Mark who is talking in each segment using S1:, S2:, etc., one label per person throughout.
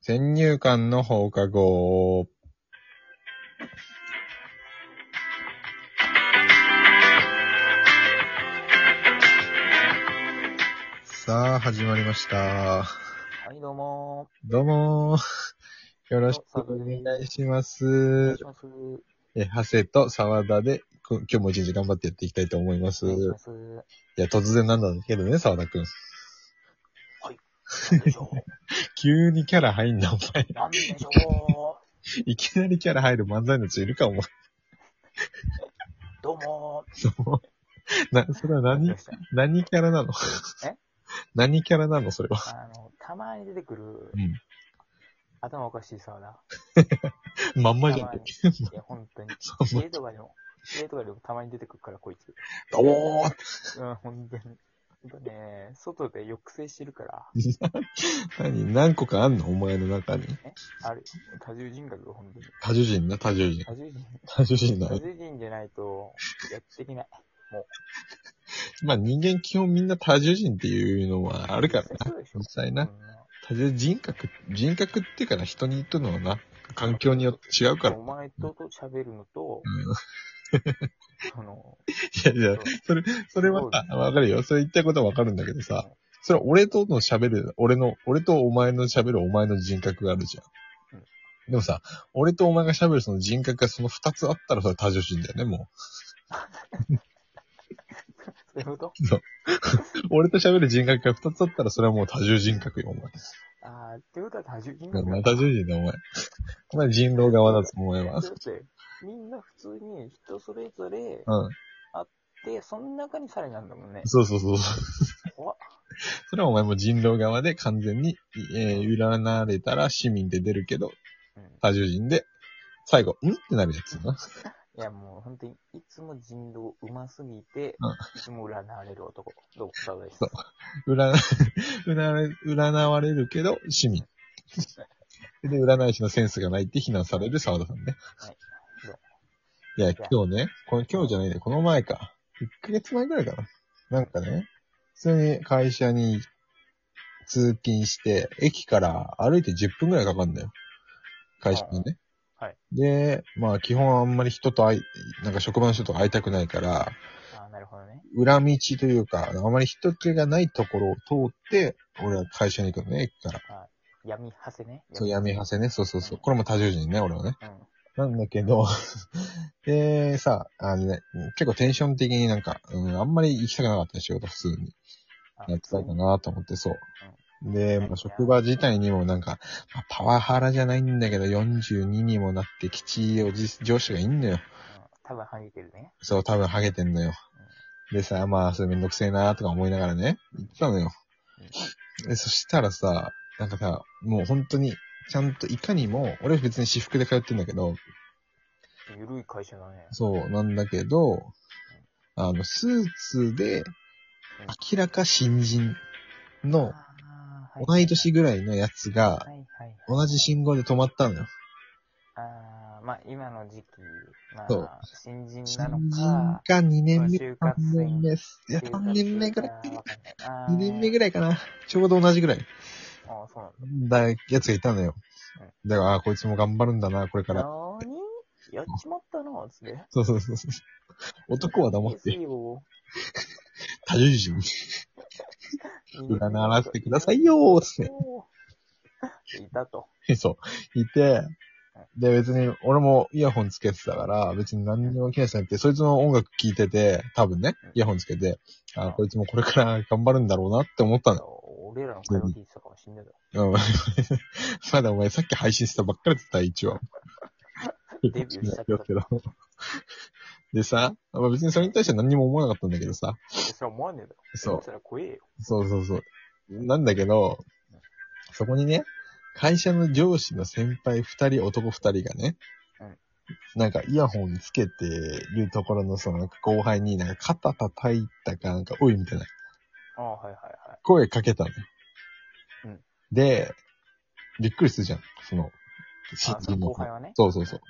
S1: 先入観の放課後。さあ、始まりました。
S2: はい、どうも
S1: どうもー。よろしくお願いしま
S2: ー。お願い
S1: す
S2: し。ます。
S1: え、ハセと沢田で、こ今日も一日頑張ってやっていきたいと思います。
S2: お願いし
S1: い
S2: ます。
S1: や、突然なんだけどね、沢田くん。
S2: なんでしょう
S1: 急にキャラ入んな、お前。
S2: なんでしょ
S1: いきなりキャラ入る漫才のやついるか、お前。
S2: うどうも
S1: そう。な、それは
S2: ー。
S1: 何何キャラなの
S2: え
S1: 何キャラなのそれは。
S2: あの、たまに出てくる
S1: うん。
S2: 頭おかしい沢田。
S1: まんま
S2: たま
S1: じ
S2: に。
S1: ゃん。
S2: いや、本当に。
S1: そう
S2: 家とかでも、家とかでもたまに出てくるから、こいつ。
S1: どうも
S2: うん、本当に。ほんとね、外で抑制してるから、
S1: 何何個かあんのお前の中に。
S2: ある、多重人格が本当に。
S1: 多重人な、多重人。
S2: 多重人、
S1: 多重人だ
S2: 多。重人じゃないと、やっていけない。
S1: まあ人間基本みんな多重人っていうのはあるからな。
S2: そうでしょ
S1: 実際な
S2: そ。んな
S1: 多重人格、人格っていうかな、人に言っのはな、環境によって違うから。う
S2: お前とと喋るのと、
S1: ん。
S2: その、
S1: いやいや、それ、それはさ、わかるよ。それ言ったいことはわかるんだけどさ、それは俺との喋る、俺の、俺とお前の喋るお前の人格があるじゃん。
S2: うん
S1: でもさ、俺とお前が喋るその人格がその二つあったらそれは多重人だよね、も
S2: そういうこと
S1: う。俺と喋る人格が二つあったらそれはもう多重人格よ、お前。
S2: ああ、ってことは多重人
S1: お
S2: 格
S1: 前多重人だよ、お前。お前人狼側だと思いま
S2: だ
S1: す。
S2: って、みんな普通に人それぞれ、
S1: うん。
S2: で、その中にさらになんだもんね。
S1: そうそうそうそう。
S2: 怖っ
S1: それはお前も人狼側で完全に、えー、占われたら市民で出るけど、
S2: うん。い
S1: 多重人で、最後、んってなるやつな。
S2: や、もう本当に、いつも人狼うますぎて、
S1: うん
S2: いつも占われる男。どうも、サウです
S1: そ。占、 占われ、占われるけど、市民。 で、占い師のセンスがないって非難される沢田さんね。
S2: はい
S1: いや、今日ね、この今日じゃないね、この前か。1ヶ月前ぐらいかな。なんかね、普通に会社に通勤して、駅から歩いて10分ぐらいかかるんだよ。会社にね。
S2: はいはい
S1: で、まあ基本あんまり人と会い、なんか職場の人と会いたくないから、
S2: ああ、なるほどね。
S1: 裏道というか、あまり人気がないところを通って、俺は会社に行くのね、駅から。
S2: 闇はせね。
S1: そう、闇はせね。そうそうそう。これも多重人ね、俺はね。
S2: うん。
S1: なんだけど、 で、さ、あのね、結構テンション的になんか、うん、あんまり行きたくなかった仕事普通に
S2: あ
S1: やってたかなと思って、そう。で、まあ、
S2: や
S1: 職場自体にもなんか、まあパワハラじゃないんだけど、42にもなって、きちいおじ、上司がいんのよ。
S2: うん多分ハゲてるね。
S1: そう、多分ハゲてんのよ。でさ、まあ、それめんどくせえなとか思いながらね、行ったのよ。で、そしたらさ、なんかさ、もう本当に、ちゃんといかにも、俺は別に私服で通ってんだけど、
S2: ゆるい会社だね。
S1: そう、なんだけど、あの、スーツで、明らか新人の、
S2: あー
S1: 同い年ぐらいのやつが
S2: は、いはい。
S1: 同じ信号で止まったのよ。
S2: ああ、まあ今の時期、ま
S1: そう
S2: あ、新人
S1: 新
S2: なの
S1: 人
S2: か
S1: か、2年目、
S2: 就
S1: 3
S2: 活生
S1: 年目、いや、3年目ぐらい、2
S2: 2
S1: 年目
S2: らい。
S1: ぐらいかな。ちょうど同じぐらい。
S2: あーあー、そうなんだ。
S1: だ、やつがいたのよ。だから、あーこいつも頑張るんだな、これから。
S2: なーにやっちまったな、つって。
S1: そうそうそうそう。男は黙っ
S2: いい
S1: て、
S2: ですよ
S1: 多重人、占わせてくださいよーつっ
S2: おーいたと。
S1: て。そう。いて、で、別に、俺もイヤホンつけてたから、別に何にも気にしなくて、そいつの音楽聴いてて、多分ね、イヤホンつけて、あーこいつもこれから頑張るんだろうなって思ったのよ。
S2: 俺らの会話聞いてたかもしんないだろ。
S1: うん。 まだお前さっき配信したばっかりだった、一応。
S2: デビューしたけど
S1: でさ、まあ別にそれに対して何にも思わなかったんだけどさ。
S2: それは思わねえだろ。
S1: そう。
S2: それは怖えよ。
S1: そうそうそう。なんだけど、そこにね、会社の上司の先輩二人、男二人がね、
S2: うん
S1: なんかイヤホンつけてるところのその後輩になんか肩叩いたかなんか、おいみたいな
S2: ああ、はいはいはい。
S1: 声かけたのよ。
S2: うん
S1: で、びっくりするじゃん、その、新
S2: あそ
S1: 人の
S2: の後
S1: 子
S2: 輩はね。
S1: そうそうそう。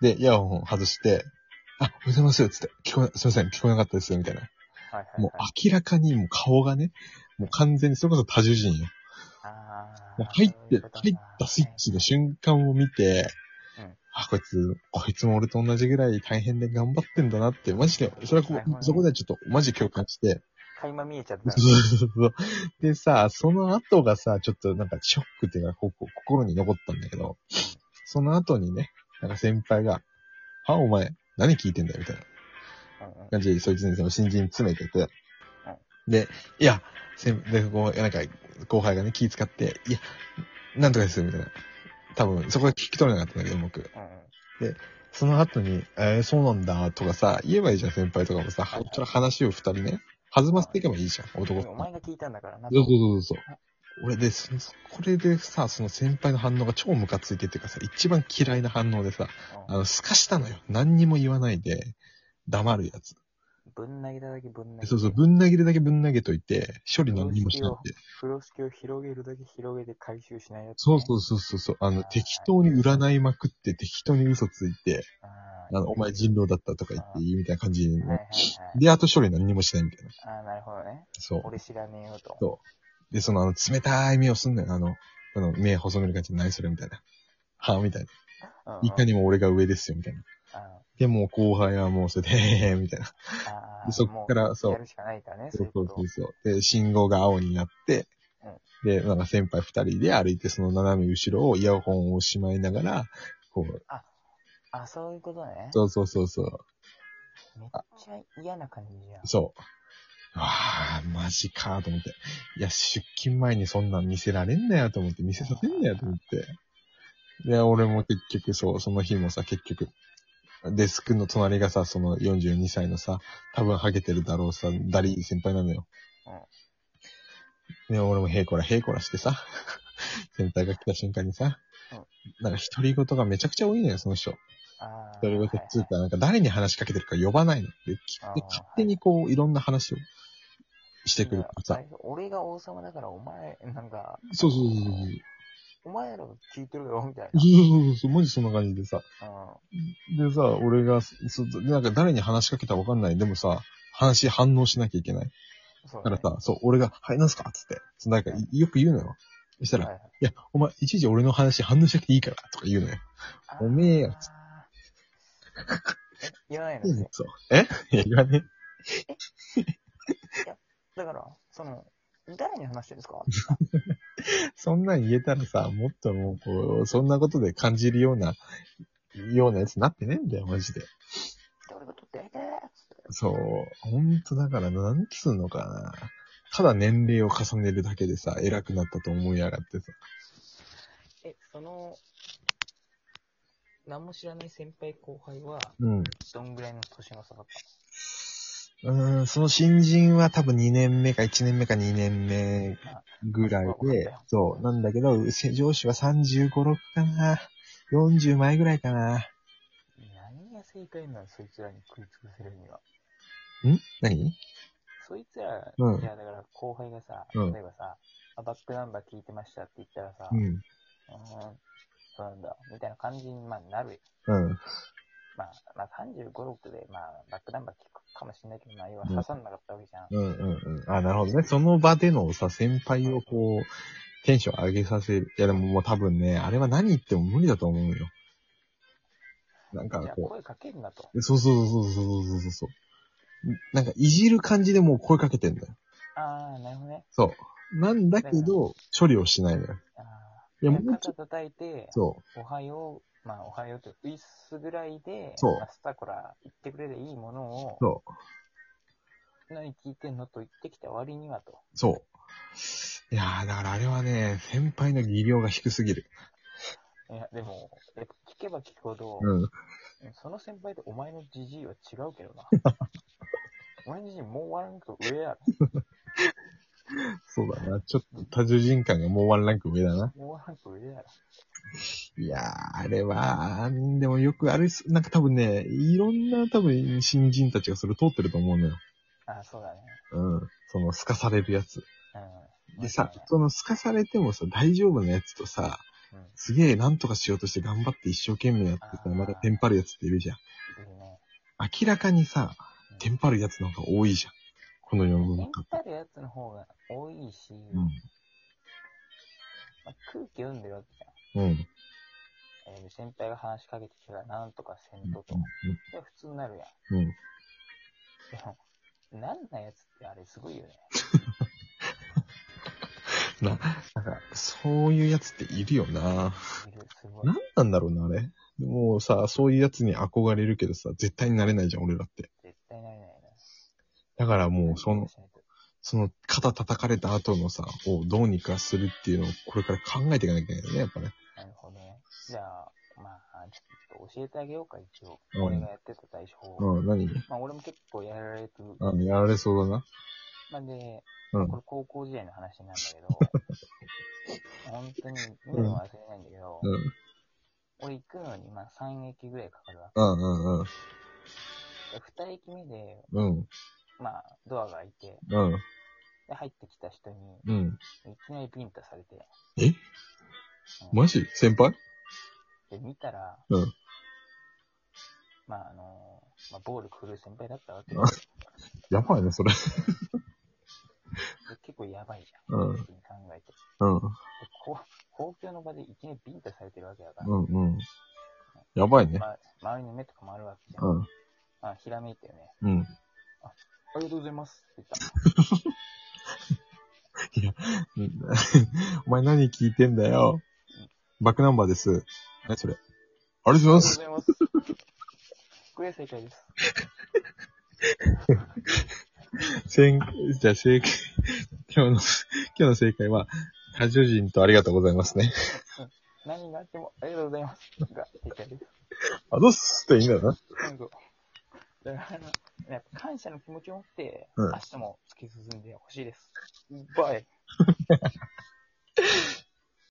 S1: で、イヤホン外して、あ、おはようございます、つって、聞こえ、すいません、聞こえなかったです、みたいな。
S2: はいはい
S1: もう
S2: はい。
S1: 明らかにもう顔がね、もう完全に、それこそ多重人よ。
S2: あ
S1: もう入って、
S2: そう
S1: 入
S2: いうことか
S1: ったスイッチの瞬間を見て
S2: うん、
S1: あ、こいつ、こいつも俺と同じぐらい大変で頑張ってんだなって、マジで、それはこ
S2: はいはいは
S1: う、
S2: い
S1: そこではちょっと、マジで共感して、
S2: 垣間見えちゃった。
S1: そうそうそうそう。でさ、その後がさ、ちょっとなんかショックっていうか、ここ心に残ったんだけど、その後にね、なんか先輩が、は、お前、何聞いてんだよ、みたいな。
S2: うんうん
S1: 感じで、そいつにその新人詰めてて、で、いや、先で、こう、なんか、後輩がね、気使って、いや、なんとかですよ、みたいな。多分、そこは聞き取れなかったんだけど、僕。
S2: うんうん
S1: その後に、えー、そうなんだ、とかさ、言えばいいじゃん、先輩とかもさ、
S2: はい
S1: そしたら話を二人ね、弾ませていけばいいじゃん、男
S2: で
S1: って
S2: もお前が聞いたんだからな。
S1: そうそうそうそう。俺で、そこれでさ、その先輩の反応が超ムカついてっていうかさ、一番嫌いな反応でさ、
S2: う
S1: あ
S2: ん
S1: の、すかしたのよ。何にも言わないで、黙るやつ。
S2: ぶん投げただけぶん投げて
S1: そうそう、ぶん投げるだけぶん投げといて、処理何にもしなくて。
S2: 風呂敷を広げるだけ広げて回収しないやつ、ね。
S1: そうそうそうそうそう、あの、
S2: あー
S1: 適当に占いまくって、適当に嘘ついて、
S2: あ
S1: あ
S2: ー
S1: の、お前人狼だったとか言っていいみたいな感じ
S2: はいはい
S1: の。
S2: はい。
S1: で、あと処理何にもしないみたいな。
S2: ああ、なるほどね。
S1: そう。
S2: 俺知らねえよと。
S1: で、その、あの、冷たい目をすんのよ。あの、あの、目細める感じで何それみたいな。はぁ、みたいな。
S2: うんうん
S1: いかにも俺が上ですよ、みたいな。
S2: あ
S1: で、もう後輩はもうそれで、へへへ、みたいな。
S2: ーあー、
S1: で、そっか
S2: も
S1: ら、そう
S2: や。るしかないからね、そ
S1: そう
S2: いうう
S1: そ
S2: こ
S1: う
S2: と
S1: そうそう。で、信号が青になって、で、なんか先輩二人で歩いて、その斜め後ろをイヤホンをしまいながら、こう、
S2: あ、そういうことね。
S1: そうそうそうそう、
S2: めっちゃ嫌な感じじゃん。
S1: そう。ああ、マジかと思って。いや、出勤前にそんなん見せられんなよと思って、見せさせんなよと思って。で、俺も結局そう、その日もさ、結局、デスクの隣がさ、その42歳のさ、多分ハゲてるだろうさ、ダリー先輩なのよ。で、俺もへいこらへいこらしてさ、 先輩が来た瞬間にさ、
S2: うん
S1: なんか独り言がめちゃくちゃ多いのよ、その人。
S2: ああ。
S1: 独り言っ
S2: はい
S1: つうか、なんか誰に話しかけてるか呼ばないの。で、き
S2: あー
S1: で勝手にこう、いろんな話をしてくるから
S2: い
S1: さ
S2: や。俺が王様だから、お前、なんか、
S1: そうそうそうそう
S2: お前ら聞いてるよ、みたい
S1: そう。 そうそうそうそう、マジそんな感じでさ。
S2: な。うん。
S1: でさ、俺が、そでなんか誰に話しかけたかわかんない。でもさ、話、反応しなきゃいけない。
S2: そう
S1: だ
S2: だ
S1: から
S2: ね。
S1: さ、そう、俺が、はい、なんすかっつって。そうなんか、いよく言うのよ。そしたら、、
S2: はいいはい
S1: や、お前、いちいち俺の話反応しなくていいから、とか言うのよ。
S2: あー
S1: おめえやつ
S2: え 言わないの
S1: そう。え いや、言わね
S2: だから、その、誰に話してるんですか
S1: え。そんなん言えたらさ、もっともう、こう、そんなことで感じるような、ようなやつになってねえんだよ、マジで。
S2: 俺が取ってやりたいつって
S1: そう。ほんとだから、なんつうのかな。ただ年齢を重ねるだけでさ、偉くなったと思いやがってさ。
S2: え、その、何も知らない先輩後輩は、
S1: うん。
S2: どんぐらいの年の差だっ
S1: うん、その新人は多分2年目か1年目か2年目ぐらいで、そう、なんだけど、上司は35、6かな。40前ぐらいかな。
S2: た何が正解なのそいつらに食いつぶせるには。
S1: ん何
S2: そいつら、
S1: うん
S2: いやだから後輩がさ、
S1: うん
S2: 例えばさ、あバックナンバー聞いてましたって言ったらさ、
S1: う
S2: うーん、
S1: ん。
S2: そうなんだ、みたいな感じに、まあ、なるよ。
S1: うん。
S2: まあ、まあ、35、6で、まあ、バックナンバー聞くかもしれないけど、まあ、要は刺さんなかったわけじゃん。
S1: うんうんうん。あ、なるほどね。その場でのさ、先輩をこう、テンション上げさせる。いやでももう多分ね、あれは何言っても無理だと思うよ。なんか
S2: じゃあ、
S1: こ
S2: 声かけるなと。
S1: う、そうそうそうそうそうそうそう。んなんかいじる感じでもう声かけてんだよ。
S2: ああ、なるほどね。
S1: そう。なんだけど、処理をしないのよ。
S2: あ
S1: いや
S2: あ。
S1: もうちょっと
S2: 肩叩いて、
S1: そう。
S2: おはよう、まあ、おはようと、ウィスぐらいで、
S1: そう
S2: まあ、スタコラ言ってくれりゃいいものを、
S1: そ
S2: 何聞いてんのと言ってきた割にはと。
S1: う。そう。いやー、だからあれはね、先輩の技量が低すぎる。
S2: いや、でも、やっぱ聞けば聞くほど、
S1: うん。
S2: その先輩とお前のじじいは違うけど な。お前のじじいもうワンク上や
S1: そうだな。ちょっと多重人感がもうワンランク上だな。
S2: ろ。もうワンク上やろ。
S1: いやー、あれは、でもよくあれす、なんか多分ね、いろんな多分新人たちがそれ通ってると思うのよ。
S2: ああ、そうだね。
S1: うん。その、すかされるやつ。
S2: うん。
S1: でさ
S2: そうだね、
S1: その、すかされてもさ、大丈夫なやつとさ、
S2: うん。
S1: すげえなんとかしようとして頑張って一生懸命やってさ、またテンパるやつっているじゃん。
S2: いいね。
S1: 明らかにさ、テンパるやつの方が多いじゃん。この世の
S2: テン
S1: 中。
S2: パるやつの方が多いし、
S1: うん。
S2: あ空気読んでるわけじ
S1: うん。
S2: ゃん。えー先輩が話しかけてきたらなんとかせんとと。いや、普通になるやん。
S1: うん。
S2: でも、なんなやつってあれすごいよね。
S1: なんか、そういうやつっているよな。
S2: いる、すごい。
S1: なんなんだろうな、あれ。もうさ、そういうやつに憧れるけどさ、絶対になれないじゃん、俺らって。
S2: 絶対なれないな。
S1: だからもう、その
S2: し、ないと
S1: その肩叩かれた後のさ、をどうにかするっていうのをこれから考えていかなきゃいけないよね、やっぱね。
S2: なるほどね。じゃあ、まあ、ちょっと教えてあげようか、一応。
S1: うん
S2: 俺がやってた対処法。
S1: うん、何
S2: まあ、俺も結構やられてる。
S1: うん、やられそうだな。
S2: まあ、で、
S1: うん
S2: これ高校時代の話なんだけど、 本当に、見るの忘れないんだけど、
S1: うん、
S2: 俺行くのに、まあ、3駅ぐらいかかるわ
S1: うん、うん、
S2: け。で、2駅目で、
S1: うん、
S2: まあ、ドアが開いて、
S1: うん、
S2: で、入ってきた人に、
S1: うん。
S2: いきなりビンタされて、
S1: え
S2: うん
S1: マジ先輩
S2: で、見たら、
S1: うん
S2: まあ、あの、まあ、暴力振るう先輩だったわけ
S1: あやばいね、それ。
S2: で結構やばいじゃ。
S1: うんん
S2: 普通に考えて。で
S1: うん、
S2: こ公共の場でいきなりビンタされてるわけだから、
S1: うん、うん。やばいね。
S2: ま、周りの目とかもあるわけじゃん。
S1: うん、
S2: あひらめいたよね。
S1: うん。
S2: ありがとうございますって言っ
S1: お前何聞いてんだよ。バックナンバーです。え、それ。ありがとう
S2: た。
S1: ご
S2: ありが
S1: ざい
S2: とうございます。これが正解です。
S1: ます。せんじゃあ正解、今日の、今日の正解は、ラジオ人とありがとうございますね。
S2: 何があってもありがとうございますが正解です。
S1: あ、どうすっていいんだよな。
S2: なんかだから、やっぱ感謝の気持ちを持って、
S1: うん
S2: 明日も突き進んでほしいです。バイ。